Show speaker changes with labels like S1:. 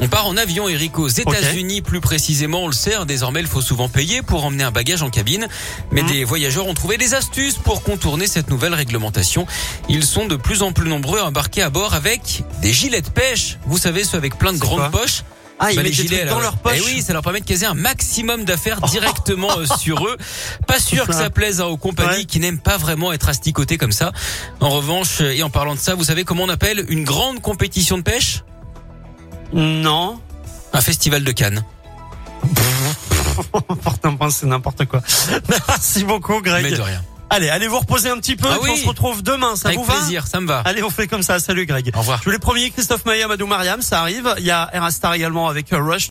S1: On part en avion, Eric, aux États-Unis plus précisément, on le sait, hein, désormais il faut souvent payer pour emmener un bagage en cabine, mais
S2: Mmh.
S1: des voyageurs ont trouvé des astuces pour contourner cette nouvelle réglementation. Ils sont de plus en plus nombreux à embarquer à bord avec des gilets de pêche, vous savez, ceux avec plein de grandes poches.
S2: Ah, ils
S1: Bah,
S2: mettent des trucs dans
S1: là,
S2: leur
S1: ouais.
S2: poche.
S1: Eh oui, ça leur permet de caser un maximum d'affaires directement euh, sur eux. Pas sûr que ça plaise hein, aux compagnies
S2: Ouais.
S1: qui n'aiment pas vraiment être asticotées comme ça. En revanche, euh, et en parlant de ça, vous savez comment on appelle une grande compétition de pêche
S2: Non.
S1: Un festival de Cannes.
S2: Porte pense c'est n'importe quoi. Merci beaucoup,
S1: Mais de
S2: Greg.
S1: rien.
S2: Allez, allez vous reposer un petit peu.
S1: Ah
S2: et puis
S1: oui.
S2: On se retrouve demain. Ça
S1: Avec
S2: vous va
S1: plaisir, ça me va.
S2: Allez, on fait comme ça. Salut, Greg.
S1: Au revoir.
S2: Je vous l'ai promis, Christophe Maillot, Madou Mariam, ça arrive. Il y a Erastar également avec euh, Rush.